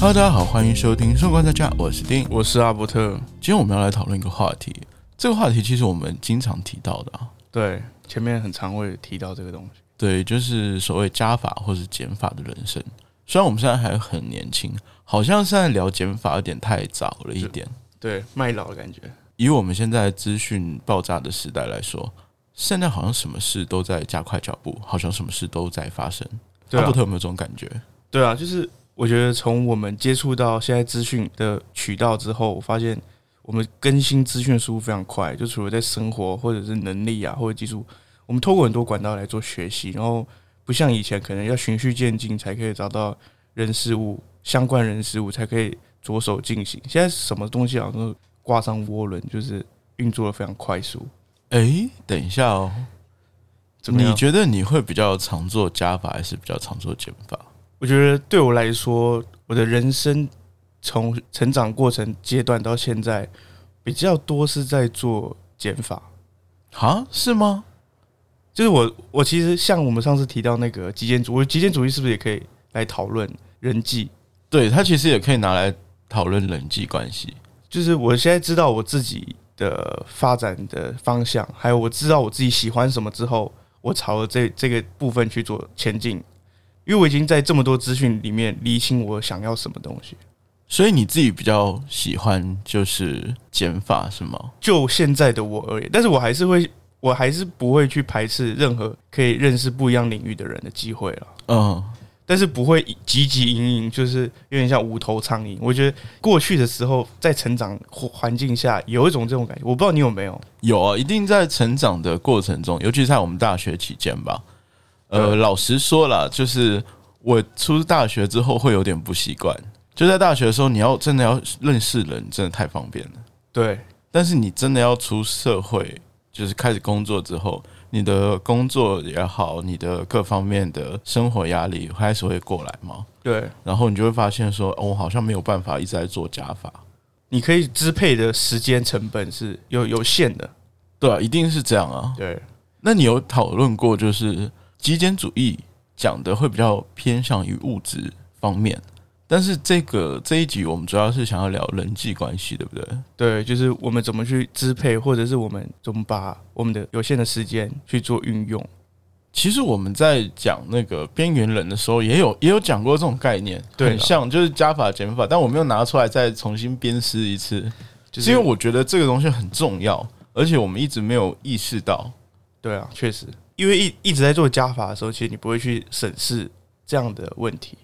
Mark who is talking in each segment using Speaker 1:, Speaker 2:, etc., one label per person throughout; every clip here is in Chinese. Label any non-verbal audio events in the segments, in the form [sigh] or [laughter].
Speaker 1: Hello，大家好，欢迎收听《生活观察家》，我是丁。
Speaker 2: 我是阿伯特。
Speaker 1: 今天我们要来讨论一个话题，这个话题其实我们经常提到的啊，
Speaker 2: 对，前面很常会提到这个东西。
Speaker 1: 对，就是所谓加法或是减法的人生。虽然我们现在还很年轻，好像现在聊减法有点太早了一点。
Speaker 2: 对，卖老的感觉。
Speaker 1: 以我们现在资讯爆炸的时代来说，现在好像什么事都在加快脚步，好像什么事都在发生。
Speaker 2: 对
Speaker 1: 阿
Speaker 2: 啊
Speaker 1: 伯，特有没有这种感觉？
Speaker 2: 对啊，就是我觉得从我们接触到现在资讯的渠道之后，我发现我们更新资讯的速度非常快。就除了在生活或者是能力啊，或者技术，我们透过很多管道来做学习，然后不像以前可能要循序渐进才可以找到人事物相关人事物才可以着手进行。现在什么东西好像都挂上涡轮，就是运作的非常快速。
Speaker 1: 诶，等一下哦，
Speaker 2: 怎么样
Speaker 1: 你觉得你会比较常做加法，还是比较常做减法？
Speaker 2: 我觉得对我来说，我的人生从成长过程阶段到现在，比较多是在做减法。
Speaker 1: 哈，是吗？
Speaker 2: 就是我，我其实像我们上次提到那个极简主义，我极简主义是不是也可以来讨论人际？
Speaker 1: 对，它其实也可以拿来讨论人际关系。
Speaker 2: 就是我现在知道我自己的发展的方向，还有我知道我自己喜欢什么之后，我朝着这这个部分去做前进，因为我已经在这么多资讯里面理清我想要什么东西。
Speaker 1: 所以你自己比较喜欢就是减法是吗？
Speaker 2: 就现在的我而言，但是我还是会，我还是不会去排斥任何可以认识不一样领域的人的机会了。
Speaker 1: 嗯，
Speaker 2: 但是不会汲汲营营，就是有点像无头苍蝇。我觉得过去的时候，在成长环环境下，有一种这种感觉。我不知道你有没有？
Speaker 1: 有啊，一定在成长的过程中，尤其是在我们大学期间吧。呃，
Speaker 2: 对
Speaker 1: 老实说啦，就是我出大学之后会有点不习惯，就在大学的时候，你要真的要认识人，真的太方便了。
Speaker 2: 对
Speaker 1: 但是你真的要出社会，就是开始工作之后，你的工作也好，你的各方面的生活压力开始会过来吗？
Speaker 2: 对，
Speaker 1: 然后你就会发现说，哦，我好像没有办法一直在做加法。
Speaker 2: 你可以支配的时间成本是有有限的。
Speaker 1: 对啊，一定是这样啊。
Speaker 2: 对，
Speaker 1: 那你有讨论过，就是极简主义讲的会比较偏向于物质方面，但是这个这一集我们主要是想要聊人际关系，对不对？
Speaker 2: 对，就是我们怎么去支配，或者是我们怎么把我们的有限的时间去做运用。
Speaker 1: 其实我们在讲那个边缘人的时候，也有也有讲过这种概念，
Speaker 2: 对啦
Speaker 1: 很像就是加法减法，但我没有拿出来再重新鞭尸一次，
Speaker 2: 就是
Speaker 1: 因为我觉得这个东西很重要，而且我们一直没有意识到。
Speaker 2: 对啊，确实，因为一一直在做加法的时候，其实你不会去审视这样的问题。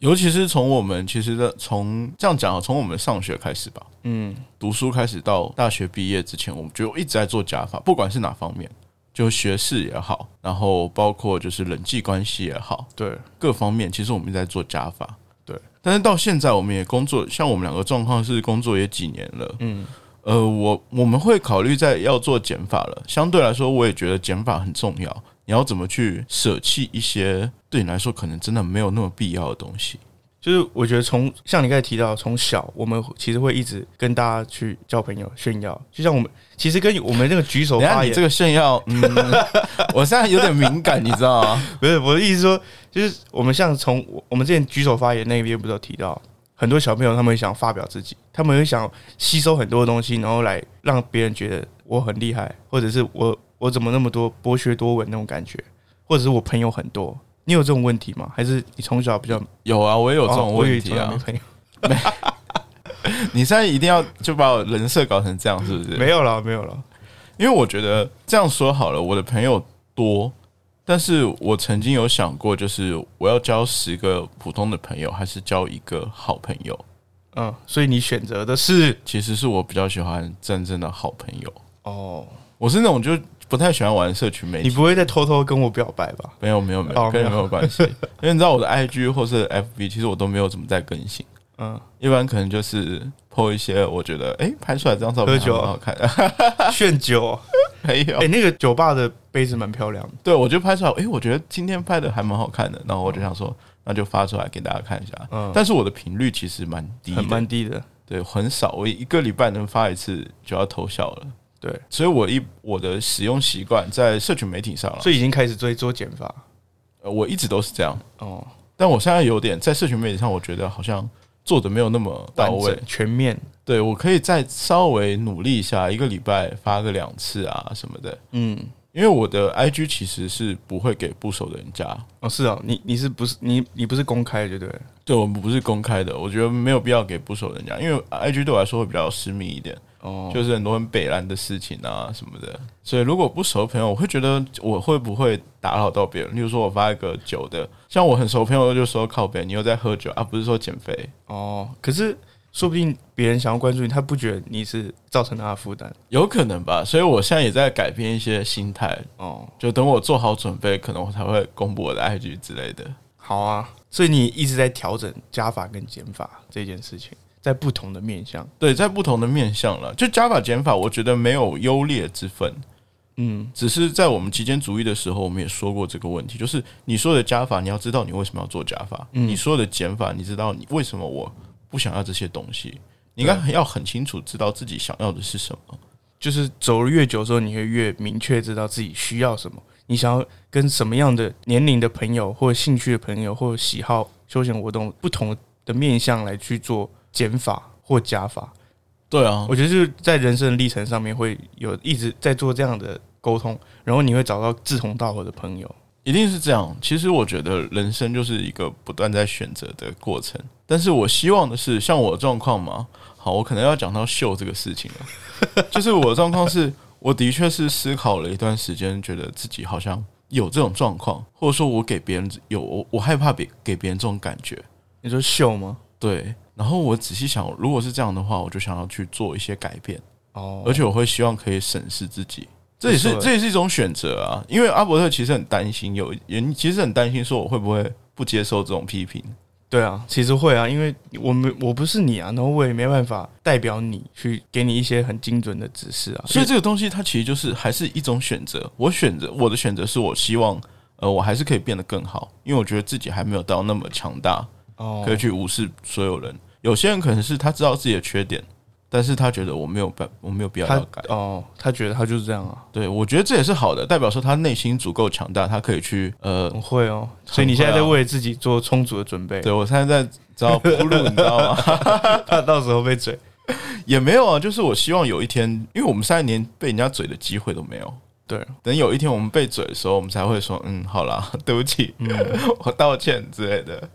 Speaker 1: 尤其是从我们其实的从这样讲啊，从我们上学开始吧，
Speaker 2: 嗯，
Speaker 1: 读书开始到大学毕业之前，我们觉得我一直在做加法，不管是哪方面，就学识也好，然后包括就是人际关系也好，
Speaker 2: 对
Speaker 1: 各方面，其实我们在做加法。
Speaker 2: 对，
Speaker 1: 但是到现在我们也工作，像我们两个状况是工作也几年了，嗯，呃，我我们会考虑在要做减法了。相对来说，我也觉得减法很重要。你要怎么去舍弃一些对你来说可能真的没有那么必要的东西？
Speaker 2: 就是我觉得从像你刚才提到，从小我们其实会一直跟大家去交朋友炫耀，就像我们其实跟我们那个举手
Speaker 1: 等一下
Speaker 2: 发
Speaker 1: 你
Speaker 2: 言，
Speaker 1: 这个炫耀， [laughs] 嗯，我现在有点敏感，你知道 [laughs] 吗？
Speaker 2: 不是我的意思说，就是我们像从我们之前举手发言那边不是有提到，很多小朋友他们会想发表自己，他们会想吸收很多东西，然后来让别人觉得我很厉害，或者是我我怎么那么多博学多闻那种感觉，或者是我朋友很多。你有这种问题吗？还是你从小比较
Speaker 1: 有啊，我也有这种问题
Speaker 2: 哦我以为你从小
Speaker 1: 啊
Speaker 2: 没。朋友
Speaker 1: 你现在一定要就把我人设搞成这样，是不是？
Speaker 2: 没有了，没有了。
Speaker 1: 因为我觉得这样说好了，我的朋友多，但是我曾经有想过，就是我要交十个普通的朋友，还是交一个好朋友？
Speaker 2: 嗯，所以你选择的是
Speaker 1: 其实是我比较喜欢真正的好朋友。
Speaker 2: 哦，
Speaker 1: 我是那种就不太喜欢玩社群媒
Speaker 2: 你
Speaker 1: 体，
Speaker 2: 不会再偷偷跟我表白
Speaker 1: [laughs]
Speaker 2: 吧？
Speaker 1: 没有没有没有，
Speaker 2: 哦
Speaker 1: 跟你
Speaker 2: 没
Speaker 1: 没
Speaker 2: 有
Speaker 1: 有关系。因为你知道我的 IG 或是 FB，其实我都没有怎么在更新，
Speaker 2: 嗯，
Speaker 1: 一般可能就是 po 一些我觉得哎、诶拍出来这张照片
Speaker 2: 喝酒啊
Speaker 1: 还蛮好看 [laughs] 的，[laughs]
Speaker 2: 炫酒，
Speaker 1: 没有
Speaker 2: 哎、。那个酒吧的杯子蛮漂亮的。
Speaker 1: 对，我就拍出来，诶，我觉得今天拍的还蛮好看的，然后我就想说，那就发出来给大家看一下。
Speaker 2: 嗯
Speaker 1: 但是我的频率其实蛮低的，
Speaker 2: 很蛮低的。
Speaker 1: 对，很少，我一个礼拜能发一次就要偷笑了。
Speaker 2: 对，
Speaker 1: 所以我一我的使用习惯在社群媒体上了，
Speaker 2: 所以已经开始追做减法。
Speaker 1: 呃我一直都是这样，
Speaker 2: 哦，
Speaker 1: 但我现在有点在社群媒体上，我觉得好像做的没有那么到
Speaker 2: 完
Speaker 1: 位
Speaker 2: 整。全面，
Speaker 1: 对我可以再稍微努力一下，一个礼拜发个两次啊什么的。
Speaker 2: 嗯，
Speaker 1: 因为我的 IG 其实是不会给不熟的人加，
Speaker 2: 哦，是哦，你你是不是你你不是公开的就对了，
Speaker 1: 对我们不是公开的，我觉得没有必要给不熟的人加，因为 IG 对我来说会比较私密一点。
Speaker 2: 哦，
Speaker 1: 就是很多很北兰的事情啊什么的。所以如果不熟的朋友，我会觉得我会不会打扰到别人？例如说我发一个酒的，像我很熟的朋友就说靠北，你又在喝酒啊，不是说减肥，
Speaker 2: 哦，可是说不定别人想要关注你，他不觉得你是造成他的负担
Speaker 1: 有可能吧？所以我现在也在改变一些心态，
Speaker 2: 哦。
Speaker 1: 就等我做好准备，可能我才会公布我的 IG 之类的。
Speaker 2: 好啊，所以你一直在调整加法跟减法这件事情，在不同的面向，
Speaker 1: 对，在不同的面向了，就加法减法，我觉得没有优劣之分。
Speaker 2: 嗯，
Speaker 1: 只是在我们极简主义的时候，我们也说过这个问题，就是你说的加法，你要知道你为什么要做加法；
Speaker 2: 嗯
Speaker 1: 你说的减法，你知道你为什么我不想要这些东西。你应该很要很清楚知道自己想要的是什么。
Speaker 2: 就是走了越久之后，你会越明确知道自己需要什么，你想要跟什么样的年龄的朋友，或者兴趣的朋友，或者喜好、休闲活动不同的面向来去做减法或加法。
Speaker 1: 对啊，
Speaker 2: 我觉得就是在人生的历程上面会有一直在做这样的沟通，然后你会找到志同道合的朋友。
Speaker 1: 一定是这样。其实我觉得人生就是一个不断在选择的过程，但是我希望的是，像我的状况嘛，好，我可能要讲到秀这个事情了。就是我的状况是，我的确是思考了一段时间，觉得自己好像有这种状况，或者说我给别人有我我害怕别给别人这种感觉，
Speaker 2: 你说秀吗？
Speaker 1: 对。然后我仔细想，如果是这样的话，我就想要去做一些改变。
Speaker 2: 哦
Speaker 1: 而且我会希望可以审视自己，这也
Speaker 2: 没
Speaker 1: 是
Speaker 2: 错
Speaker 1: 这也是一种选择啊。因为阿伯特其实很担心，有也其实很担心说我会不会不接受这种批评。
Speaker 2: 对啊，其实会啊，因为我们我不是你啊，然后我也没办法代表你去给你一些很精准的指示啊。
Speaker 1: 所以这个东西它其实就是还是一种选择。我选择我的选择是我希望呃我还是可以变得更好，因为我觉得自己还没有到那么强大，
Speaker 2: 哦
Speaker 1: 可以去无视所有人。有些人可能是他知道自己的缺点，但是他觉得我没有办我没有必要要
Speaker 2: 他
Speaker 1: 改。
Speaker 2: 哦，他觉得他就是这样啊，
Speaker 1: 对，我觉得这也是好的，代表说他内心足够强大，他可以去呃
Speaker 2: 很会哦，所以你现在在为自己做充足的准备，
Speaker 1: 啊对我现在在找铺路，你知道吗？
Speaker 2: 怕到时候被嘴。
Speaker 1: 也没有啊，就是我希望有一天，因为我们现在连被人家嘴的机会都没有。
Speaker 2: 对，
Speaker 1: 等有一天我们被嘴的时候，我们才会说，嗯，好啦， [laughs] 对不起，我道歉之类的。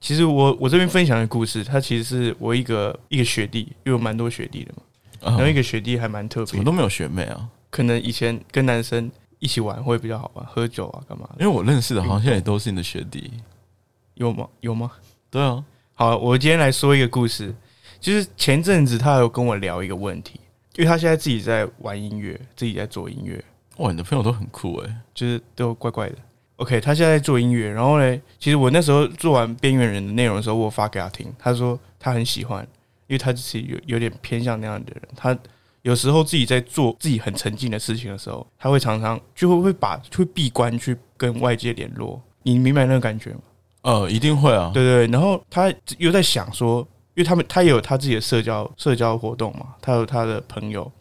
Speaker 2: 其实我我这边分享的故事，他其实是我一个一个学弟，因为我蛮多学弟的嘛，
Speaker 1: 然
Speaker 2: 然后一个学弟还蛮特
Speaker 1: 嗯怎
Speaker 2: 别
Speaker 1: 么，都没有学妹啊，
Speaker 2: 可能以前跟男生一起玩会比较好玩，喝酒啊干嘛的，
Speaker 1: 因为我认识的好像现在也都是你的学弟。
Speaker 2: 有吗？有吗？
Speaker 1: 对啊，
Speaker 2: 好，我今天来说一个故事，就是前阵子他有跟我聊一个问题，因为他现在自己在玩音乐，自己在做音乐，
Speaker 1: 哇，你的朋友都很酷欸诶、
Speaker 2: 就是都怪怪的。OK，他现在在做音乐，然后呢，其实我那时候做完《边缘人》的内容的时候，我有发给他听，他说他很喜欢，因为他就是有有点偏向那样的人，他有时候自己在做自己很沉浸的事情的时候，他会常常就会会把会闭关去跟外界联络，你明白那个感觉吗？
Speaker 1: 呃，一定会啊。
Speaker 2: 对对，对然后他又在想说，因为他们他也有他自己的社交社交活动嘛，他有他的朋友，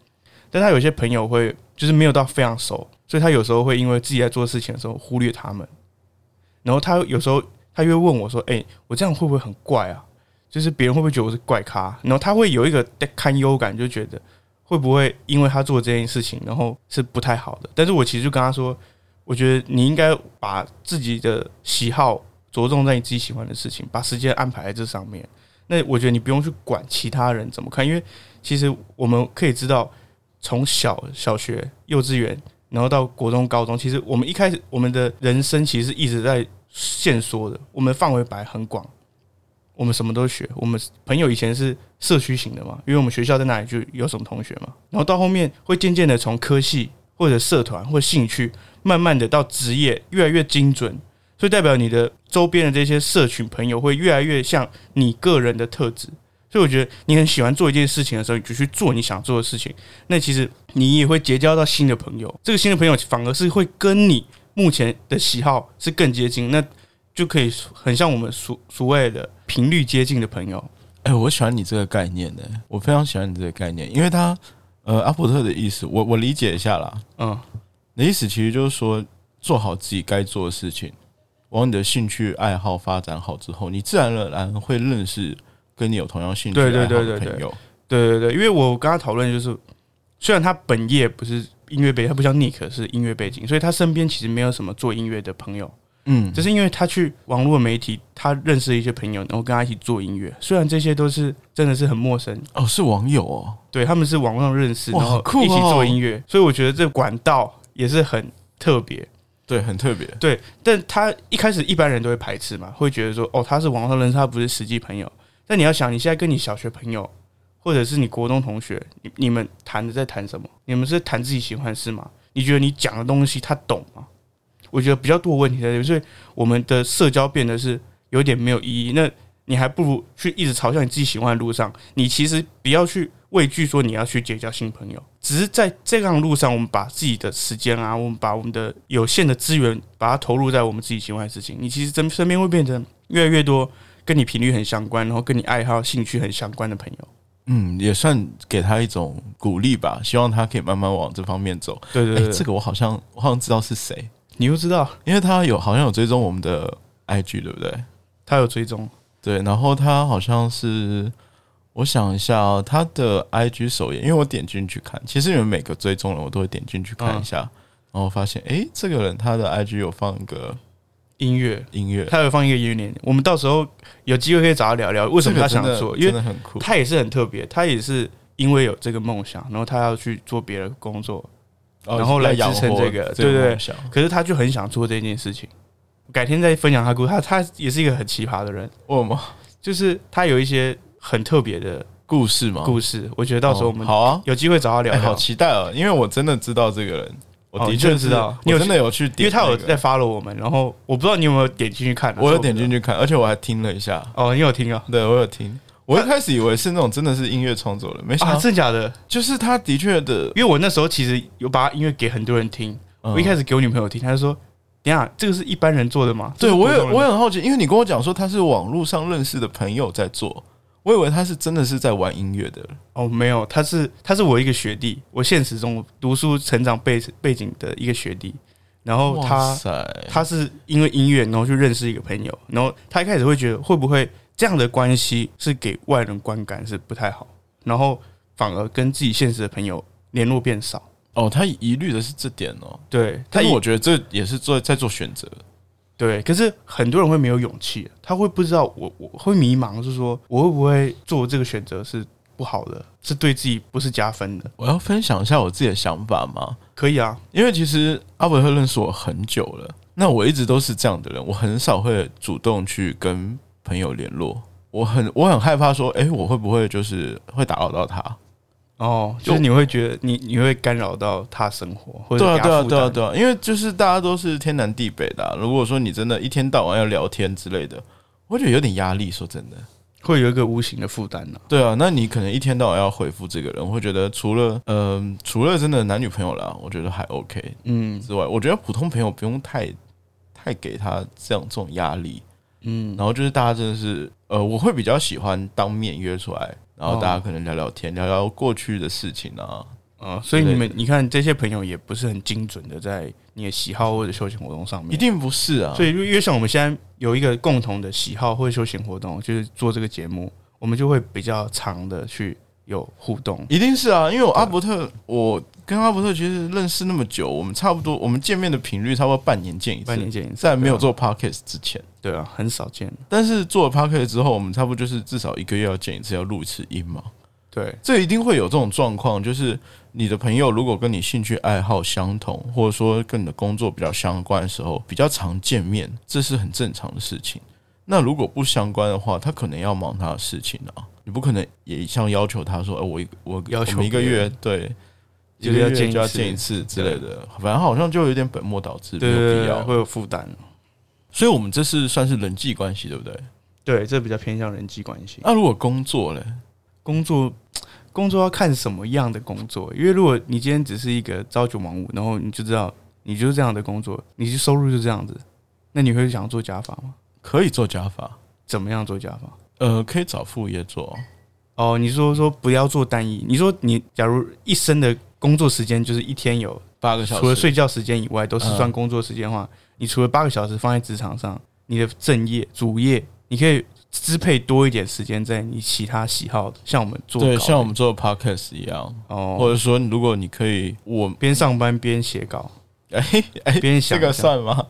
Speaker 2: 但他有些朋友会就是没有到非常熟，所以他有时候会因为自己在做事情的时候忽略他们，然后他有时候他又会问我说：“哎、我这样会不会很怪啊？就是别人会不会觉得我是怪咖？”然后他会有一个堪忧感，就觉得会不会因为他做这件事情，然后是不太好的。但是我其实就跟他说，我觉得你应该把自己的喜好着重在你自己喜欢的事情，把时间安排在这上面。那我觉得你不用去管其他人怎么看，因为其实我们可以知道，从小小学、幼稚园，然后到国中、高中，其实我们一开始我们的人生其实一直在限缩的，我们范围摆很广，我们什么都学。我们朋友以前是社区型的嘛，因为我们学校在哪里就有什么同学嘛，然后到后面会渐渐的从科系或者社团或兴趣，慢慢的到职业，越来越精准。所以代表你的周边的这些社群朋友会越来越像你个人的特质。所以我觉得你很喜欢做一件事情的时候，你就去做你想做的事情。那其实你也会结交到新的朋友，这个新的朋友反而是会跟你目前的喜好是更接近，那就可以很像我们所所谓的频率接近的朋友。
Speaker 1: 哎、我喜欢你这个概念呢、我非常喜欢你这个概念，因为他呃阿伯特的意思，我我理解一下啦。
Speaker 2: 嗯，
Speaker 1: 你的意思其实就是说，做好自己该做的事情，往你的兴趣爱好发展好之后，你自然而然会认识跟你有同样兴趣
Speaker 2: 对对
Speaker 1: 爱好的
Speaker 2: 对对对
Speaker 1: 朋友，
Speaker 2: 对对对，因为我跟他讨论就是，虽然他本业不是音乐背景，他不像 Nick 是音乐背景，所以他身边其实没有什么做音乐的朋友。
Speaker 1: 嗯
Speaker 2: 只是因为他去网络媒体，他认识了一些朋友，然后跟他一起做音乐。虽然这些都是真的是很陌生，
Speaker 1: 哦，是网友哦，
Speaker 2: 对他们是网络上认识，
Speaker 1: 哇
Speaker 2: 然后
Speaker 1: 好酷哦
Speaker 2: 一起做音乐，所以我觉得这管道也是很特别。
Speaker 1: 对，很特别，
Speaker 2: 对，但他一开始一般人都会排斥嘛，会觉得说哦，他是网络上认识，他不是实际朋友。但你要想，你现在跟你小学朋友，或者是你国中同学，你你们谈的在谈什么？你们是谈自己喜欢的事吗？你觉得你讲的东西他懂吗？我觉得比较多的问题在这里，所以我们的社交变得是有点没有意义。那你还不如去一直朝向你自己喜欢的路上。你其实不要去畏惧说你要去结交新朋友，只是在这样的路上，我们把自己的时间啊，我们把我们的有限的资源，把它投入在我们自己喜欢的事情。你其实身身边会变成越来越多跟你频率很相关，然后跟你爱好、兴趣很相关的朋友。
Speaker 1: 嗯，也算给他一种鼓励吧，希望他可以慢慢往这方面走。
Speaker 2: 对对
Speaker 1: 哎、
Speaker 2: 对，
Speaker 1: 这个我好像我好像知道是谁，
Speaker 2: 你又知道
Speaker 1: 因为他有好像有追踪我们的 IG，对不对？
Speaker 2: 他有追踪，
Speaker 1: 对，然后他好像是，我想一下、哦，他的 IG 首页，因为我点进去看，其实你们每个追踪人我都会点进去看一下，
Speaker 2: 嗯
Speaker 1: 然后发现，诶，这个人他的 IG 有放一个
Speaker 2: 音乐。
Speaker 1: 音乐，
Speaker 2: 他有放一个音乐年，我们到时候有机会可以找他聊聊为什么他想
Speaker 1: 这个真的
Speaker 2: 做，因为
Speaker 1: 真的很酷，
Speaker 2: 他也是很特别，他也是因为有这个梦想，然后他要去做别的工作，然后哦来
Speaker 1: 要养
Speaker 2: 支撑
Speaker 1: 活
Speaker 2: 这个
Speaker 1: 这个
Speaker 2: 对对
Speaker 1: 梦想
Speaker 2: 可是他就很想做这件事情。改天再分享他故事，他他也是一个很奇葩的人，
Speaker 1: 哦我们
Speaker 2: 就是他有一些很特别的
Speaker 1: 故事嘛，
Speaker 2: 故事，我觉得到时候我
Speaker 1: 哦
Speaker 2: 们
Speaker 1: 好啊，
Speaker 2: 有机会找他聊
Speaker 1: 哎，好
Speaker 2: 聊，
Speaker 1: 期待啊，因为我真的知道这个人，我
Speaker 2: 哦
Speaker 1: 的
Speaker 2: 你
Speaker 1: 确
Speaker 2: 真的
Speaker 1: 是
Speaker 2: 知道你
Speaker 1: 我
Speaker 2: 有
Speaker 1: 真的有去
Speaker 2: 因
Speaker 1: 点
Speaker 2: 为
Speaker 1: 那
Speaker 2: 他
Speaker 1: 个，
Speaker 2: 有在 follow 我们，然后我不知道你有没有点进去看啊，
Speaker 1: 我有
Speaker 2: 所以
Speaker 1: 点进去看，而且我还听了一下，
Speaker 2: 不知道哦，你有听啊？
Speaker 1: 对我有听。我一开始以为是那种真的是音乐创作人，没想
Speaker 2: 啊，
Speaker 1: 到
Speaker 2: 真假的？
Speaker 1: 就是他的确的，呃
Speaker 2: 因为我那时候其实有把音乐给很多人听，我
Speaker 1: 嗯始。
Speaker 2: 一开始给我女朋友听，她就说：“等一下，这个是一般人做的吗？”
Speaker 1: 对
Speaker 2: 这是
Speaker 1: 我
Speaker 2: 普
Speaker 1: 也
Speaker 2: 通人
Speaker 1: 我也很好奇，因为你跟我讲说他是网络上认识的朋友在做，我以为他是真的是在玩音乐的。
Speaker 2: 哦，没有，他是他是我一个学弟，我现实中读书成长背背景的一个学弟，然后
Speaker 1: 哇
Speaker 2: 他
Speaker 1: 塞，
Speaker 2: 他是因为音乐，然后去认识一个朋友，然后他一开始会觉得会不会这样的关系是给外人观感是不太好，然后反而跟自己现实的朋友联络变少。
Speaker 1: 哦，他疑虑的是这点哦，
Speaker 2: 对，他
Speaker 1: 但
Speaker 2: 也
Speaker 1: 我觉得这也是做在做选择。
Speaker 2: 对，可是很多人会没有勇气，他会不知道我我会迷茫，是说我会不会做这个选择是不好的，是对自己不是加分的。
Speaker 1: 我要分享一下我自己的想法吗？
Speaker 2: 可以啊，
Speaker 1: 因为其实阿伯会认识我很久了，那我一直都是这样的人，我很少会主动去跟朋友联络。我很我很害怕说，诶，我会不会就是会打扰到他？
Speaker 2: 哦，就是你会觉得你你会干扰到他生活，或者
Speaker 1: 对啊，
Speaker 2: 给他
Speaker 1: 对啊，
Speaker 2: 负
Speaker 1: 对啊，
Speaker 2: 担
Speaker 1: 对啊，因为就是大家都是天南地北的啊、如果说你真的一天到晚要聊天之类的，我觉得有点压力。说真的，
Speaker 2: 会有一个无形的负担呢。
Speaker 1: 对啊，那你可能一天到晚要回复这个人，我会觉得除了嗯、除了真的男女朋友啦，我觉得还 OK
Speaker 2: 嗯
Speaker 1: 之外，我觉得普通朋友不用太太给他这样这种压力。
Speaker 2: 嗯，
Speaker 1: 然后就是大家真的是，呃，我会比较喜欢当面约出来，然后大
Speaker 2: 哦
Speaker 1: 家可能聊聊天，聊聊过去的事情啊。
Speaker 2: 啊，所以你们你看这些朋友也不是很精准的在你的喜好或者休闲活动上面
Speaker 1: 一。定不是啊，
Speaker 2: 嗯所以，越像我们现在有一个共同的喜好或者休闲活动，就是做这个节目，我们就会比较长的去有互动。
Speaker 1: 一定是啊，因为我阿伯特，我跟阿伯特其实认识那么久，我们差不多我们见面的频率差不多半年见一次，
Speaker 2: 半年见一次，啊
Speaker 1: 在没有做 podcast 之前，
Speaker 2: 对啊，很少见。
Speaker 1: 但是做了 podcast 之后，我们差不多就是至少一个月要见一次，要录一次音嘛。
Speaker 2: 对，
Speaker 1: 这一定会有这种状况，就是你的朋友如果跟你兴趣爱好相同，或者说跟你的工作比较相关的时候，比较常见面，这是很正常的事情。那如果不相关的话，他可能要忙他的事情啊，你不可能也像要求他说，哎、我一我
Speaker 2: 要求
Speaker 1: 我们一个
Speaker 2: 别
Speaker 1: 月
Speaker 2: 人
Speaker 1: 对，
Speaker 2: 就
Speaker 1: 一
Speaker 2: 是
Speaker 1: 个
Speaker 2: 要
Speaker 1: 月
Speaker 2: 见一
Speaker 1: 就要
Speaker 2: 次
Speaker 1: 见一次之类的，反正好像就有点本末倒置，没
Speaker 2: 对
Speaker 1: 有必
Speaker 2: 对，会
Speaker 1: 要。
Speaker 2: 有负担。
Speaker 1: 所以我们这是算是人际关系，对不对？
Speaker 2: 对，这比较偏向人际关系。
Speaker 1: 那如果工作嘞，
Speaker 2: 工作，工作要看什么样的工作，因为如果你今天只是一个朝九晚五，然后你就知道你就是这样的工作，你就收入就这样子，那你会想做加法吗？
Speaker 1: 可以做加法，
Speaker 2: 怎么样做加法？
Speaker 1: 呃，可以找副业做，
Speaker 2: 哦，你说说不要做单一，你说你假如一生的工作时间就是一天有，
Speaker 1: 八个小时，
Speaker 2: 除了睡觉时间以外都是
Speaker 1: 嗯
Speaker 2: 算工作时间的话，你除了八个小时放在职场上，你的正业主业，你可以支配多一点时间在你其他喜好的，像我们做
Speaker 1: 对，
Speaker 2: 稿
Speaker 1: 像我们做 podcast 一样，
Speaker 2: 哦，
Speaker 1: 或者说如果你可以，我
Speaker 2: 边上班边写稿，
Speaker 1: 哎哎，
Speaker 2: 边
Speaker 1: 这
Speaker 2: 想
Speaker 1: 个
Speaker 2: 一下
Speaker 1: 算吗？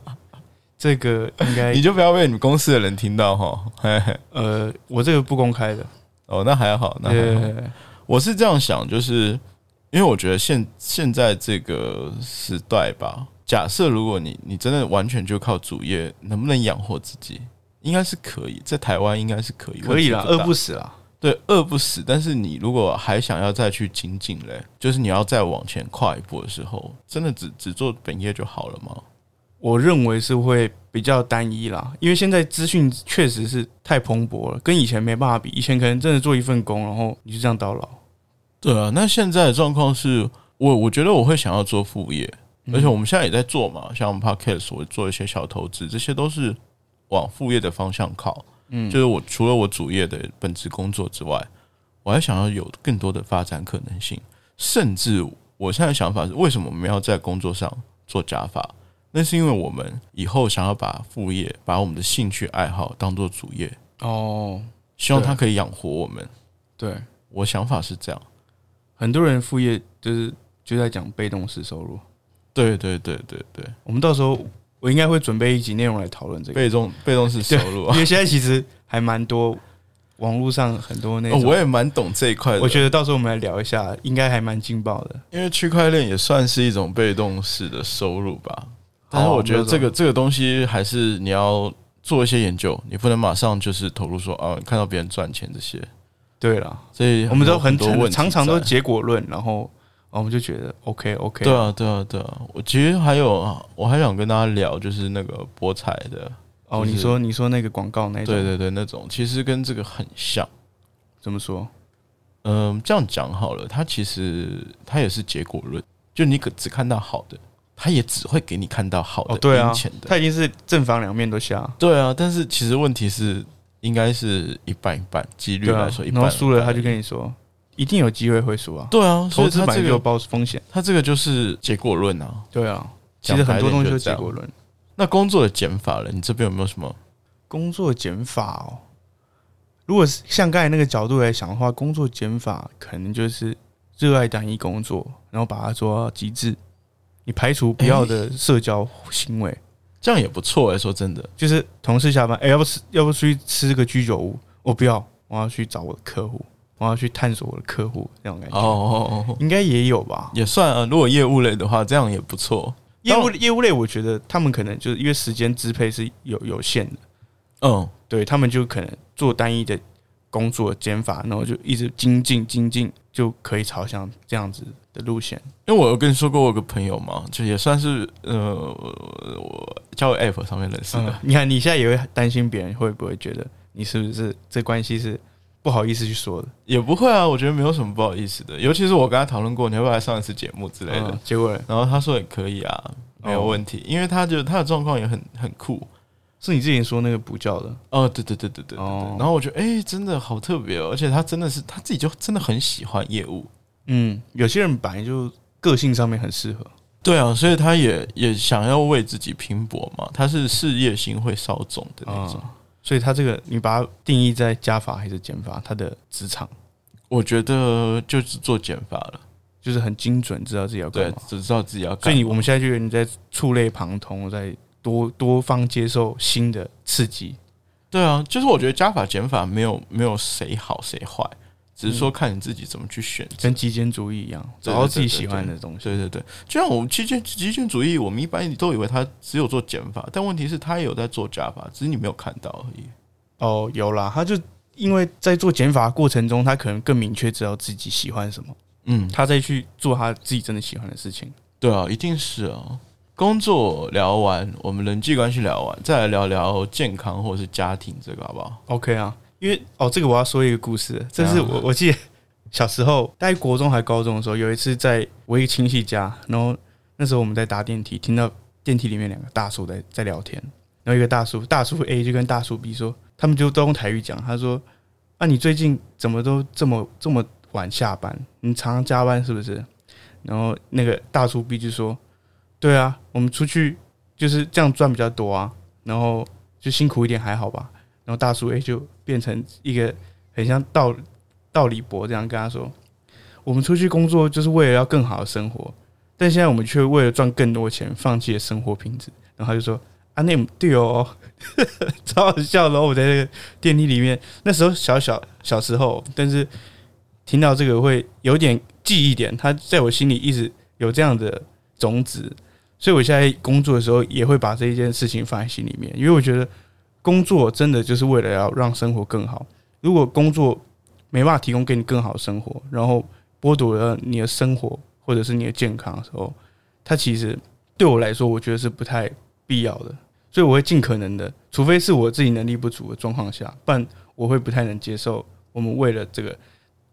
Speaker 2: 这个应该
Speaker 1: 哎你就不要被你们公司的人听到哈。嘿嘿
Speaker 2: 呃，我这个不公开的，
Speaker 1: 哦，那还好，那还好。
Speaker 2: 呃，
Speaker 1: 我是这样想，就是因为我觉得现现在这个时代吧，假设如果你你真的完全就靠主业，能不能养活自己？应该是可以，在台湾应该是可以，
Speaker 2: 可以啦，
Speaker 1: 问题
Speaker 2: 饿
Speaker 1: 大
Speaker 2: 不死啦，
Speaker 1: 对饿不死，但是你如果还想要再去精进嘞，就是你要再往前跨一步的时候，真的只只做本业就好了吗？
Speaker 2: 我认为是会比较单一啦，因为现在资讯确实是太蓬勃了，跟以前没办法比。以前可能真的做一份工，然后你就这样到老。
Speaker 1: 对啊，那现在的状况是我我觉得我会想要做副业，而且我们现在也在做嘛，像我们 podcast 我做一些小投资，这些都是往副业的方向靠。嗯，就是我除了我主业的本职工作之外，我还想要有更多的发展可能性，甚至我现在的想法是，为什么我们要在工作上做加法？那是因为我们以后想要把副业、把我们的兴趣爱好当做主业，
Speaker 2: 哦，
Speaker 1: 希望
Speaker 2: 对
Speaker 1: 它可以养活我们。
Speaker 2: 对，
Speaker 1: 我想法是这样。
Speaker 2: 很多人副业就是就在讲被动式收入。
Speaker 1: 对对对对对。
Speaker 2: 我们到时候我应该会准备一集内容来讨论这个，
Speaker 1: 被动被动式收入啊
Speaker 2: 因。为现在其实还蛮多网络上很多那
Speaker 1: [laughs] 哦
Speaker 2: 种，
Speaker 1: 我也蛮懂这一块的，
Speaker 2: 我觉得到时候我们来聊一下，应该还蛮劲爆的。
Speaker 1: 因为区块链也算是一种被动式的收入吧。
Speaker 2: 好啊
Speaker 1: 但是我觉得这
Speaker 2: 我
Speaker 1: 个这个东西还是你要做一些研究，你不能马上就是投入说啊，看到别人赚钱这些，
Speaker 2: 对啦，
Speaker 1: 所以
Speaker 2: 我们都
Speaker 1: 很
Speaker 2: 很
Speaker 1: 多很多问题
Speaker 2: 常常都
Speaker 1: 在
Speaker 2: 结果论，然后然后我们就觉得 OK OK，
Speaker 1: 对啊对啊对啊。我其实还有我还想跟大家聊，就是那个博彩的，
Speaker 2: 哦，
Speaker 1: 就是
Speaker 2: 你说你说那个广告那种，
Speaker 1: 对对对，那种其实跟这个很像。
Speaker 2: 怎么说？
Speaker 1: 嗯，这样讲好了，它其实它也是结果论，就你可只看到好的，它也只会给你看到好的、
Speaker 2: 哦，对啊
Speaker 1: 赢钱，的，
Speaker 2: 他已经是正反两面都下，
Speaker 1: 对啊。但是其实问题是，应该是一半一半，几率
Speaker 2: 对啊
Speaker 1: 来说一，
Speaker 2: 然
Speaker 1: 半
Speaker 2: 后输了他就
Speaker 1: 你
Speaker 2: 跟你说，一定有机会会输啊，
Speaker 1: 对啊，所
Speaker 2: 投
Speaker 1: 以
Speaker 2: 资
Speaker 1: 它
Speaker 2: 本
Speaker 1: 这
Speaker 2: 来就有
Speaker 1: 个
Speaker 2: 包风险，
Speaker 1: 它这个就是结果论啊。
Speaker 2: 对啊，其
Speaker 1: 讲
Speaker 2: 实很
Speaker 1: 白
Speaker 2: 多
Speaker 1: 点
Speaker 2: 东西
Speaker 1: 就
Speaker 2: 都
Speaker 1: 这
Speaker 2: 结
Speaker 1: 样
Speaker 2: 果论。
Speaker 1: 那工作的减法了，你这边有没有什么？
Speaker 2: 工作减法哦，如果是像刚才那个角度来想的话，工作减法可能就是热爱单一工作，然后把它做到极致，你排除不要的社交行为，
Speaker 1: 这样也不错哎、说真的，
Speaker 2: 就是同事下班，哎、要不吃，要不出去吃个居酒屋，我不要，我要去找我的客户，我要去探索我的客户，这种感觉，
Speaker 1: 哦哦哦，
Speaker 2: 应该也有吧？
Speaker 1: 也算啊。如果业务类的话，这样也不错。
Speaker 2: 业务
Speaker 1: 但
Speaker 2: 业务类，我觉得他们可能就是因为时间支配是有有限的，
Speaker 1: 嗯，
Speaker 2: 对他们就可能做单一的工作减法，然后就一直精进精进，就可以朝向这样子的路线。
Speaker 1: 因为我有跟你说过，我有个朋友嘛，就也算是呃，我交友 app 上面认识的
Speaker 2: 嗯。，你看你现在也会担心别人会不会觉得你是不是这关系是不好意思去说的，
Speaker 1: 也不会啊，我觉得没有什么不好意思的。尤其是我跟他讨论过，你要不要来上一次节目之类的，
Speaker 2: 嗯结果呢
Speaker 1: 然后他说也可以啊，没有问题，因为他觉得他的状况也很很酷。
Speaker 2: 是你之前说那个补教的，
Speaker 1: 哦，对对对对对对对。
Speaker 2: 哦
Speaker 1: 然后我觉得，哎、真的好特别哦，而且他真的是他自己就真的很喜欢业务。
Speaker 2: 嗯，有些人本来就个性上面很适合，
Speaker 1: 对啊，所以他也也想要为自己拼搏嘛，他是事业心会稍重的那种。
Speaker 2: 嗯所以他这个你把它定义在加法还是减法，他的职场
Speaker 1: 我觉得就是做减法了，
Speaker 2: 就是很精准，知道自己要干
Speaker 1: 对
Speaker 2: 嘛。，
Speaker 1: 只知道自己要干嘛。
Speaker 2: 啊所以你我们现在就有点在触类旁通，在多多方接受新的刺激。
Speaker 1: 对啊，就是我觉得加法减法没有没有谁好谁坏，只是说看你自己怎么去选择。
Speaker 2: 嗯跟极简主义一样，
Speaker 1: 对
Speaker 2: 找到自己喜欢的东西。
Speaker 1: 对对对，就像我们极简极简主义，我们一般都以为他只有做减法，但问题是他也有在做加法，只是你没有看到而已。
Speaker 2: 哦，有啦，他就因为在做减法的过程中，他可能更明确知道自己喜欢什么，
Speaker 1: 嗯，
Speaker 2: 他再去做他自己真的喜欢的事情。
Speaker 1: 对啊，一定是啊。工作聊完，我们人际关系聊完，再来聊聊健康或者是家庭这个好不好？
Speaker 2: OK 啊，因为哦，这个我要说一个故事，这是
Speaker 1: 怎样
Speaker 2: 我我记得小时候，大概国中还高中的时候，有一次在我一个亲戚家，然后那时候我们在搭电梯，听到电梯里面两个大叔在在聊天，然后一个大叔大叔 A 就跟大叔 B 说，他们就都用台语讲，他说：“啊，你最近怎么都这么这么晚下班？你常常加班是不是？”然后那个大叔 B 就说：“对啊，我们出去就是这样赚比较多啊，然后就辛苦一点还好吧。”然然后大叔 A 就变成一个很像道道理博这样跟他说：“我们出去工作就是为了要更好的生活，但现在我们却为了赚更多钱，放弃了生活品质。”然后他就说：“啊，那对哦， [laughs] 超好笑的哦。”然后我在那个电梯里面，那时候小小小时候，但是听到这个会有点记忆点，他在我心里一直有这样的种子。所以我现在工作的时候也会把这一件事情放在心里面，因为我觉得工作真的就是为了要让生活更好。如果工作没办法提供给你更好的生活，然后剥夺了你的生活或者是你的健康的时候，它其实对我来说，我觉得是不太必要的。所以我会尽可能的，除非是我自己能力不足的状况下，不然我会不太能接受我们为了这个。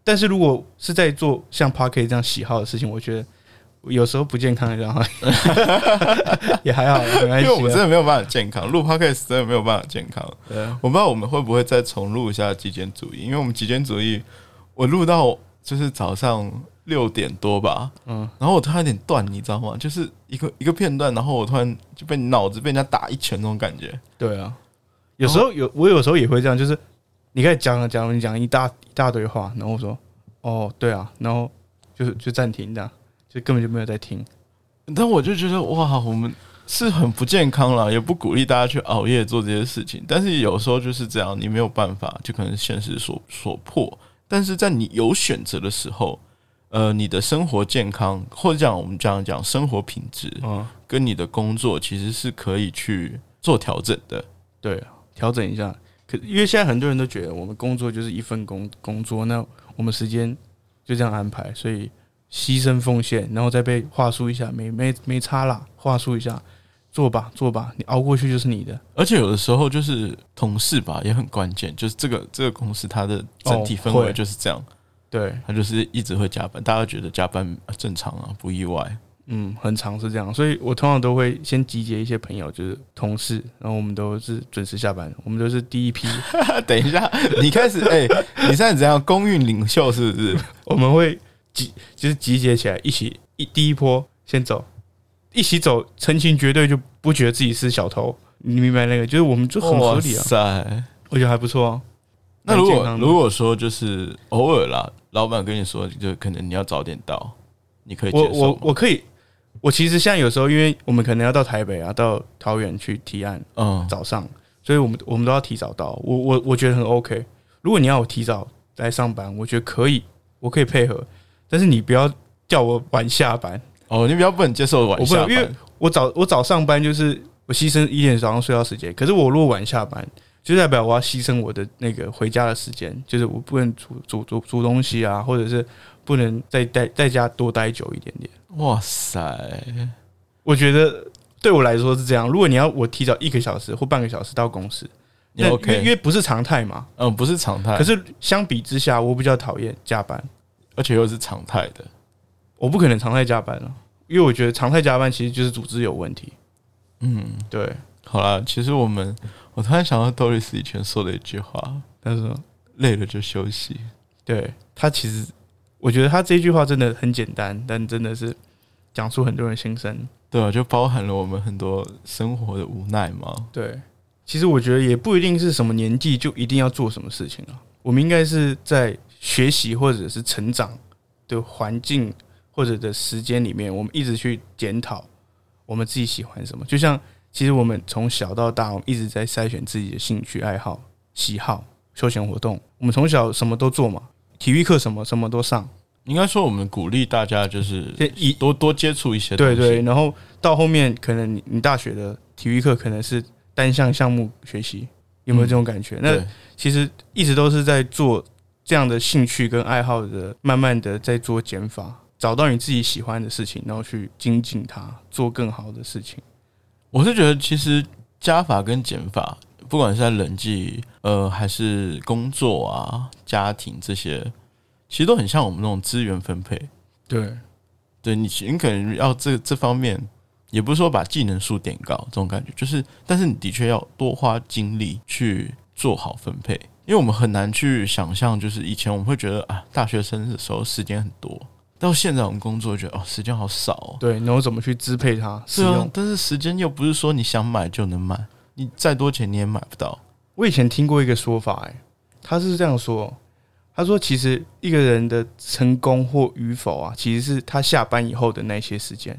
Speaker 2: 但是如果是在做像 p a r k e 这样喜好的事情，我觉得有时候不健康的让 [laughs] 也还好，没关
Speaker 1: 因为
Speaker 2: 系啊。
Speaker 1: 我们真的没有办法健康，录 podcast 真的没有办法健康。
Speaker 2: 对啊
Speaker 1: 我不知道我们会不会再重录一下极简主义，因为我们极简主义，我录到就是早上六点多吧，嗯，然后我突然有点断，你知道吗？就是一个一个片段，然后我突然就被脑子被人家打一拳那种感觉。
Speaker 2: 对啊，有时候有我有时候也会这样，就是你开始讲了讲了你讲一大一大堆话，然后我说哦对啊，然后就就暂停这样，就根本就没有在听。
Speaker 1: 但我就觉得哇，我们是很不健康啦，也不鼓励大家去熬夜做这些事情。但是有时候就是这样，你没有办法，就可能现实所所迫。但是在你有选择的时候，呃，你的生活健康，或者讲我们讲讲生活品质，
Speaker 2: 嗯，
Speaker 1: 跟你的工作其实是可以去做调整的。
Speaker 2: 对啊，调整一下。可因为现在很多人都觉得我们工作就是一份工工作，那我们时间就这样安排，所以牺牲奉献，然后再被话术一下，没没没差啦，话术一下，做吧做吧，你熬过去就是你的。
Speaker 1: 而且有的时候就是同事吧，也很关键。就是这个这个公司它的整体氛
Speaker 2: 哦
Speaker 1: 围
Speaker 2: 会
Speaker 1: 就是这样，
Speaker 2: 对，
Speaker 1: 它就是一直会加班，大家觉得加班呃正常啊，不意外。
Speaker 2: 嗯，很常是这样，所以我通常都会先集结一些朋友，就是同事，然后我们都是准时下班，我们都是第
Speaker 1: [laughs]
Speaker 2: 一批，
Speaker 1: 等一下，你开 [laughs] 始哎、你现在怎样？公运领袖是不是？
Speaker 2: 我们会集就是集结起来一起一第一波先走，一起走，成群结队就不觉得自己是小偷，你明白那个？就是我们就 [laughs] 很合理啊
Speaker 1: 哇，塞！
Speaker 2: 我觉得还不错啊。
Speaker 1: 那如
Speaker 2: 蛮健
Speaker 1: 果
Speaker 2: 康的
Speaker 1: 如果说就是偶尔啦，老板跟你说，就可能你要早点到，你可以接受
Speaker 2: 我
Speaker 1: 吗
Speaker 2: 我我可以，我其实像有时候，因为我们可能要到台北啊，到桃园去提案，
Speaker 1: 嗯，
Speaker 2: 早上，所以我们我们都要提早到。我我我觉得很 OK。如果你要我提早来上班，我觉得可以，我可以配合。但是你不要叫我晚下班，
Speaker 1: 哦，你比较不能接受晚
Speaker 2: 我不
Speaker 1: 下
Speaker 2: 能，因为
Speaker 1: 班，
Speaker 2: 我早我早上班就是我牺牲一点早上睡觉时间，可是我如果晚下班，就代表我要牺牲我的那个回家的时间，就是我不能煮煮煮煮东西啊，或者是不能再待在家多待久一点点。
Speaker 1: 哇塞！
Speaker 2: 我觉得对我来说是这样。如果你要我提早一个小时或半个小时到公司，
Speaker 1: 你
Speaker 2: 那
Speaker 1: OK
Speaker 2: 因为因为不是常态嘛，
Speaker 1: 嗯，不是常态，
Speaker 2: 可是相比之下，我比较讨厌加班，
Speaker 1: 而且又是常态的。
Speaker 2: 我不可能常态加班了，因为我觉得常态加班其实就是组织有问题。嗯，对。
Speaker 1: 好啦，其实我们，我突然想到多丽斯以前说的一句话：
Speaker 2: 但是，
Speaker 1: 累了就休息。
Speaker 2: 对他其实，我觉得他这句话真的很简单，但真的是讲出很多人心声。
Speaker 1: 对啊，就包含了我们很多生活的无奈嘛。
Speaker 2: 对，其实我觉得也不一定是什么年纪就一定要做什么事情啊，我们应该是在学习或者是成长的环境或者的时间里面，我们一直去检讨我们自己喜欢什么。就像其实我们从小到大，我们一直在筛选自己的兴趣爱好、喜好、休闲活动。我们从小什么都做嘛，体育课什么什么都上，
Speaker 1: 应该说，我们鼓励大家就是
Speaker 2: 这一
Speaker 1: 多多接触一些东
Speaker 2: 对
Speaker 1: 西。
Speaker 2: 对，然后到后面可能你你大学的体育课可能是单项项目学习，有没有这种感觉？那
Speaker 1: 嗯对
Speaker 2: 其实一直都是在做这样的兴趣跟爱好的，慢慢的在做减法，找到你自己喜欢的事情，然后去精进它，做更好的事情。
Speaker 1: 我是觉得其实加法跟减法，不管是在人际呃还是工作啊、家庭这些，其实都很像我们那种资源分配。
Speaker 2: 对，
Speaker 1: 对你，你可能要这这方面，也不是说把技能数点高这种感觉，就是，但是你的确要多花精力去做好分配，因为我们很难去想象，就是以前我们会觉得啊，大学生的时候时间很多，到现在我们工作觉得哦，时间好少、哦，
Speaker 2: 对，然后怎么去支配它？
Speaker 1: 是
Speaker 2: 使
Speaker 1: 啊
Speaker 2: 用，
Speaker 1: 但是时间又不是说你想买就能买，你再多钱你也买不到，
Speaker 2: 我以前听过一个说法、欸，哎，他是这样说，他说其实一个人的成功或与否啊，其实是他下班以后的那些时间，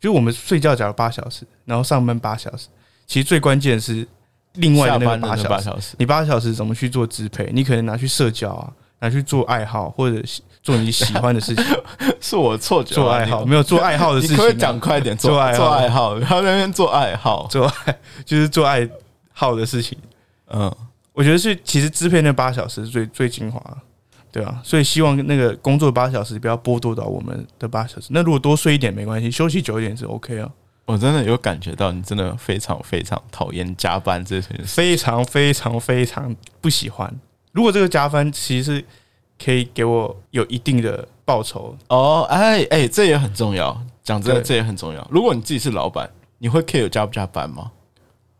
Speaker 2: 就是我们睡觉假如八小时，然后上班八小时，其实最关键的是另外
Speaker 1: 下
Speaker 2: 的那个
Speaker 1: 班的
Speaker 2: 八
Speaker 1: 那
Speaker 2: 小
Speaker 1: 八
Speaker 2: 时，
Speaker 1: 小时，
Speaker 2: 你八小时怎么去做支配？你可能拿去社交啊，拿去做爱好，或者喜做你喜欢的
Speaker 1: [laughs]
Speaker 2: 事情，
Speaker 1: [laughs] 是我错觉啊。
Speaker 2: 做爱好，没有做爱好的
Speaker 1: 你，
Speaker 2: 事
Speaker 1: 你
Speaker 2: 情、
Speaker 1: 可不
Speaker 2: 啊。
Speaker 1: 可以讲快一点？ [laughs] 做
Speaker 2: 做爱好
Speaker 1: 做爱好，他在那边做爱好，
Speaker 2: 做爱，就是做爱好的事情。
Speaker 1: 嗯，
Speaker 2: 我觉得是，其实支配那八小时是最最精华的，对啊，所以希望那个工作八小时不要剥夺到我们的八小时。那如果多睡一点没关系，休息久一点是 OK 啊。
Speaker 1: 我真的有感觉到你真的非常非常讨厌加班这件事。
Speaker 2: 非常非常非常不喜欢。如果这个加分其实是可以给我有一定的报酬，
Speaker 1: 哦，哎哎，这也很重要。讲真的，
Speaker 2: 对
Speaker 1: 这也很重要。如果你自己是老板，你会 care 加不加班吗？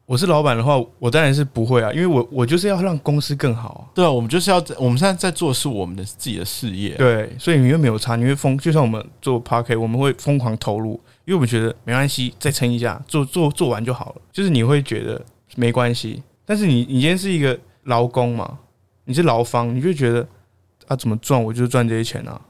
Speaker 2: 我是老板的话，我当然是不会啊，因为我我就是要让公司更好啊、
Speaker 1: 对啊，我们就是要，我们现在在做的是我们的自己的事业。
Speaker 2: 对，所以你又没有差，你会疯，就像我们做 p a r k e t 我们会疯狂投入，因为我们觉得没关系，再撑一下，做做做完就好了。就是你会觉得没关系，但是你你今天是一个劳工嘛，你是劳方，你就觉得啊怎么赚我就赚这些钱啊，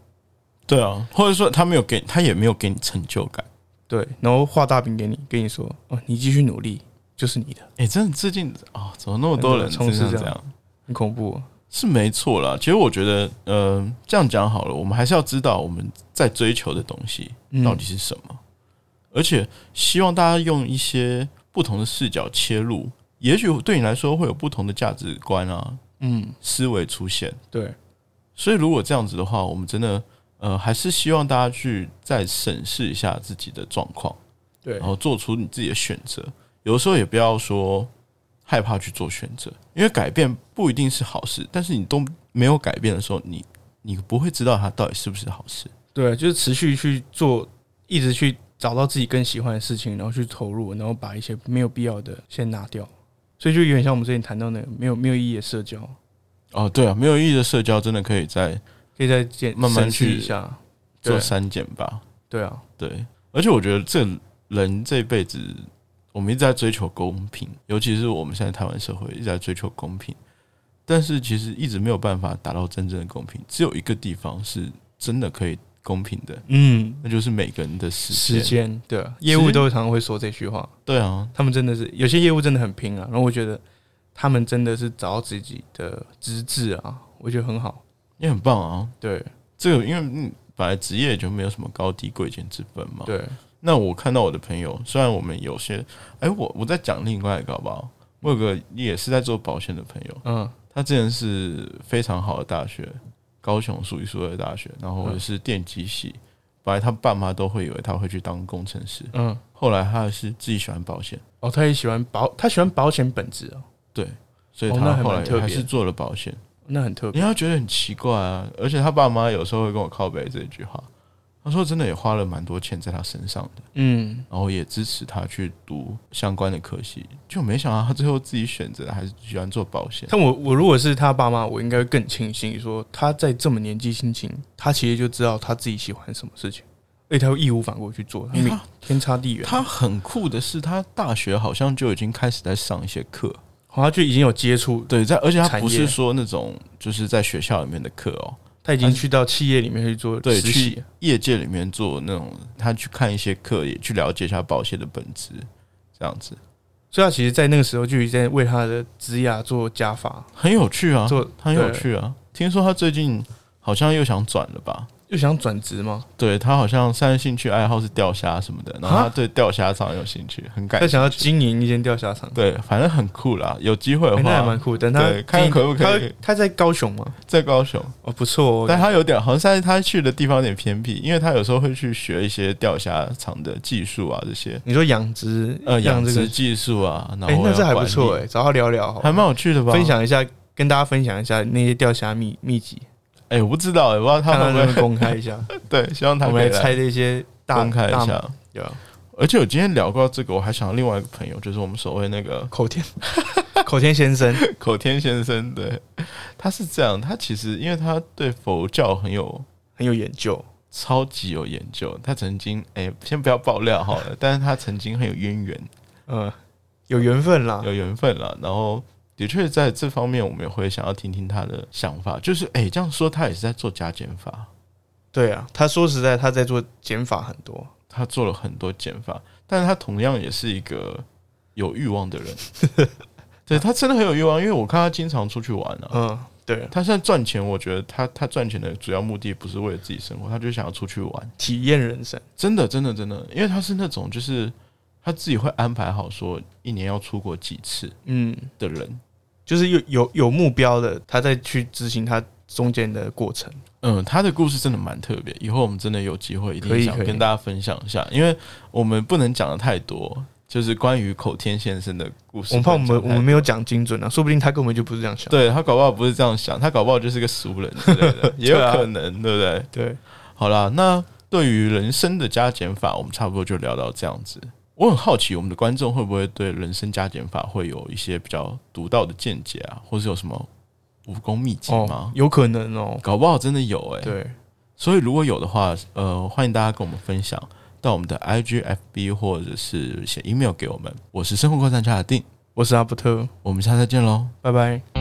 Speaker 1: 对啊，或者说他没有给，他也没有给你成就感。
Speaker 2: 对，然后画大饼给你，跟你说哦，你继续努力就是你的，
Speaker 1: 哎、真的最近啊、怎么那么多人
Speaker 2: 真的
Speaker 1: 真
Speaker 2: 充斥
Speaker 1: 的
Speaker 2: 这
Speaker 1: 这
Speaker 2: 样
Speaker 1: 样？
Speaker 2: 很恐怖哦、
Speaker 1: 是没错啦。其实我觉得，呃，这样讲好了，我们还是要知道我们在追求的东西
Speaker 2: 嗯
Speaker 1: 到底是什么，而且希望大家用一些不同的视角切入，也许对你来说会有不同的价值观啊、
Speaker 2: 嗯，
Speaker 1: 思维出现。
Speaker 2: 对，
Speaker 1: 所以如果这样子的话，我们真的呃，还是希望大家去再审视一下自己的状况，
Speaker 2: 对
Speaker 1: 然后做出你自己的选择。有的时候也不要说害怕去做选择，因为改变不一定是好事，但是你都没有改变的时候，你你不会知道它到底是不是好事。
Speaker 2: 对，就是持续去做，一直去找到自己更喜欢的事情，然后去投入，然后把一些没有必要的先拿掉。所以就有点像我们之前谈到那个没有没有意义的社交，
Speaker 1: 哦，对啊，没有意义的社交真的可以再
Speaker 2: 可以再检
Speaker 1: 慢慢
Speaker 2: 审视
Speaker 1: 去
Speaker 2: 一下。
Speaker 1: 做
Speaker 2: 对
Speaker 1: 删减吧。
Speaker 2: 对啊，
Speaker 1: 对，而且我觉得这人这辈子，我们一直在追求公平，尤其是我们现在台湾社会一直在追求公平，但是其实一直没有办法达到真正的公平。只有一个地方是真的可以公平的，
Speaker 2: 嗯，
Speaker 1: 那就是每个人的时
Speaker 2: 时
Speaker 1: 间。
Speaker 2: 间对啊，
Speaker 1: 间
Speaker 2: 业务都常常会说这句话，
Speaker 1: 对啊，
Speaker 2: 他们真的是有些业务真的很拼啊。然后我觉得他们真的是找到自己的资质啊，我觉得很好。
Speaker 1: 也很棒啊。
Speaker 2: 对
Speaker 1: 这个因为嗯本来职业就没有什么高低贵贱之分嘛。
Speaker 2: 对，
Speaker 1: 那我看到我的朋友，虽然我们有些，哎、我我在讲另外一个好不好？我有个也是在做保险的朋友，
Speaker 2: 嗯
Speaker 1: 他之前是非常好的大学，高雄数一数二的大学，然后也是电机系。本来他爸妈都会以为他会去当工程师，
Speaker 2: 嗯，
Speaker 1: 后来他是自己喜欢保险，
Speaker 2: 哦，他也喜欢保，他喜欢保险本质哦，
Speaker 1: 对，所以
Speaker 2: 哦那
Speaker 1: 他
Speaker 2: 还蛮
Speaker 1: 后来
Speaker 2: 特别
Speaker 1: 还是做了保险。
Speaker 2: 那很特别。
Speaker 1: 你要觉得很奇怪啊，而且他爸妈有时候会跟我靠背这句话，他说真的也花了蛮多钱在他身上的，
Speaker 2: 嗯，
Speaker 1: 然后也支持他去读相关的科系，就没想到他最后自己选择的还是喜欢做保险。
Speaker 2: 但我我如果是他爸妈，我应该会更庆幸说他在这么年纪轻轻，他其实就知道他自己喜欢什么事情，而且他会义无反顾去做，他
Speaker 1: 因为
Speaker 2: 没
Speaker 1: 他
Speaker 2: 天差地远。
Speaker 1: 他很酷的是，他大学好像就已经开始在上一些课，
Speaker 2: 好像就已经有接触，
Speaker 1: 对，在而且他
Speaker 2: 产
Speaker 1: 不
Speaker 2: 业
Speaker 1: 是说那种就是在学校里面的课哦，
Speaker 2: 他已经去到企业里面去做
Speaker 1: 对，
Speaker 2: 实习
Speaker 1: 去。业界里面做那种，他去看一些课，也去了解一下保险的本质，这样子
Speaker 2: 所以他其实，在那个时候就已经在为他的职涯做加法，
Speaker 1: 很有趣啊，
Speaker 2: 做
Speaker 1: 很有
Speaker 2: 对
Speaker 1: 趣啊。听说他最近好像又想转了吧？
Speaker 2: 又想转职嘛，
Speaker 1: 对他好像现在兴趣爱好是钓虾什么的，然后他
Speaker 2: 哈
Speaker 1: 对钓虾场有兴趣，很感
Speaker 2: 他想要经营一间钓虾场，
Speaker 1: 对，反正很酷啦。有机会的
Speaker 2: 哎那还
Speaker 1: 话
Speaker 2: 蛮，酷。等他
Speaker 1: 对看可不可以
Speaker 2: 他他在高雄吗？
Speaker 1: 在高雄。
Speaker 2: 哦，不错
Speaker 1: 但
Speaker 2: 哦。
Speaker 1: 他有点，好像现在他去的地方有点偏僻，因为他有时候会去学一些钓虾场的技术啊，这些
Speaker 2: 你说养殖，
Speaker 1: 呃
Speaker 2: 养
Speaker 1: 养
Speaker 2: 这个
Speaker 1: 殖，技术啊，然
Speaker 2: 哎，
Speaker 1: 后
Speaker 2: 那这还不错
Speaker 1: 哎，
Speaker 2: 哎，找他聊聊好了，
Speaker 1: 还蛮有趣的吧？
Speaker 2: 分享一下，跟大家分享一下那些钓虾秘秘籍，
Speaker 1: 哎，我不知道哎，不知道 [laughs] 他
Speaker 2: 看他
Speaker 1: 会不
Speaker 2: 能不能
Speaker 1: 会
Speaker 2: 公开一下。
Speaker 1: 对，希 [laughs] 望他
Speaker 2: 我
Speaker 1: 可
Speaker 2: 们
Speaker 1: 以
Speaker 2: 来猜这些大
Speaker 1: 公开一
Speaker 2: 大
Speaker 1: 下。
Speaker 2: 对啊
Speaker 1: 而且我今天聊过这个，我还想到另外一个朋友，就是我们所谓那个 [laughs]
Speaker 2: 口天， [laughs] 口天先生，
Speaker 1: 口天先生，对，他是这样，他其实因为他对佛教很有
Speaker 2: 很有研究。
Speaker 1: 超级有研究，他曾经哎、先不要爆料好了，但是他曾经很有渊源，
Speaker 2: 嗯，有缘分啦。
Speaker 1: 有缘分了。然后的确在这方面我们也会想要听听他的想法，就是哎、这样说他也是在做加减法，
Speaker 2: 对啊，他说实在，他在做减法很多，
Speaker 1: 他做了很多减法，但他同样也是一个有欲望的人。
Speaker 2: [laughs]
Speaker 1: 对他真的很有欲望，因为我看他经常出去玩啊。
Speaker 2: 嗯，对啊，
Speaker 1: 他现在赚钱，我觉得他他赚钱的主要目的不是为了自己生活，他就想要出去玩。
Speaker 2: 体验人生，
Speaker 1: 真的，真的，真的，因为他是那种就是他自己会安排好说一年要出国几次
Speaker 2: 嗯，
Speaker 1: 的人。
Speaker 2: 就是有有有目标的，他再去执行他中间的过程，
Speaker 1: 嗯，他的故事真的蛮特别，以后我们真的有机会一
Speaker 2: 可
Speaker 1: 定
Speaker 2: 以
Speaker 1: 想
Speaker 2: 可以
Speaker 1: 跟大家分享一下，因为我们不能讲的太多，就是关于口天先生的故事。
Speaker 2: 我们怕我
Speaker 1: 不能讲
Speaker 2: 们我
Speaker 1: 太
Speaker 2: 们没有讲精准啊，说不定他根本就不是这样想。
Speaker 1: 对他搞不好不是这样想，他搞不好就是个俗人之类的，也有
Speaker 2: [laughs] 对啊
Speaker 1: 可能，对不对？
Speaker 2: 对，
Speaker 1: 好啦，那对于人生的加减法，我们差不多就聊到这样子。我很好奇，我们的观众会不会对人生加减法会有一些比较独到的见解啊，或是有什么武功秘籍
Speaker 2: 哦
Speaker 1: 吗？，
Speaker 2: 有可能哦，
Speaker 1: 搞不好真的有哎、
Speaker 2: 对，
Speaker 1: 所以如果有的话，呃，欢迎大家跟我们分享到我们的 IGFB 或者是写 email 给我们。我是生活观察家的定，
Speaker 2: 我是阿伯特，
Speaker 1: 我们下次再见喽。
Speaker 2: 拜拜。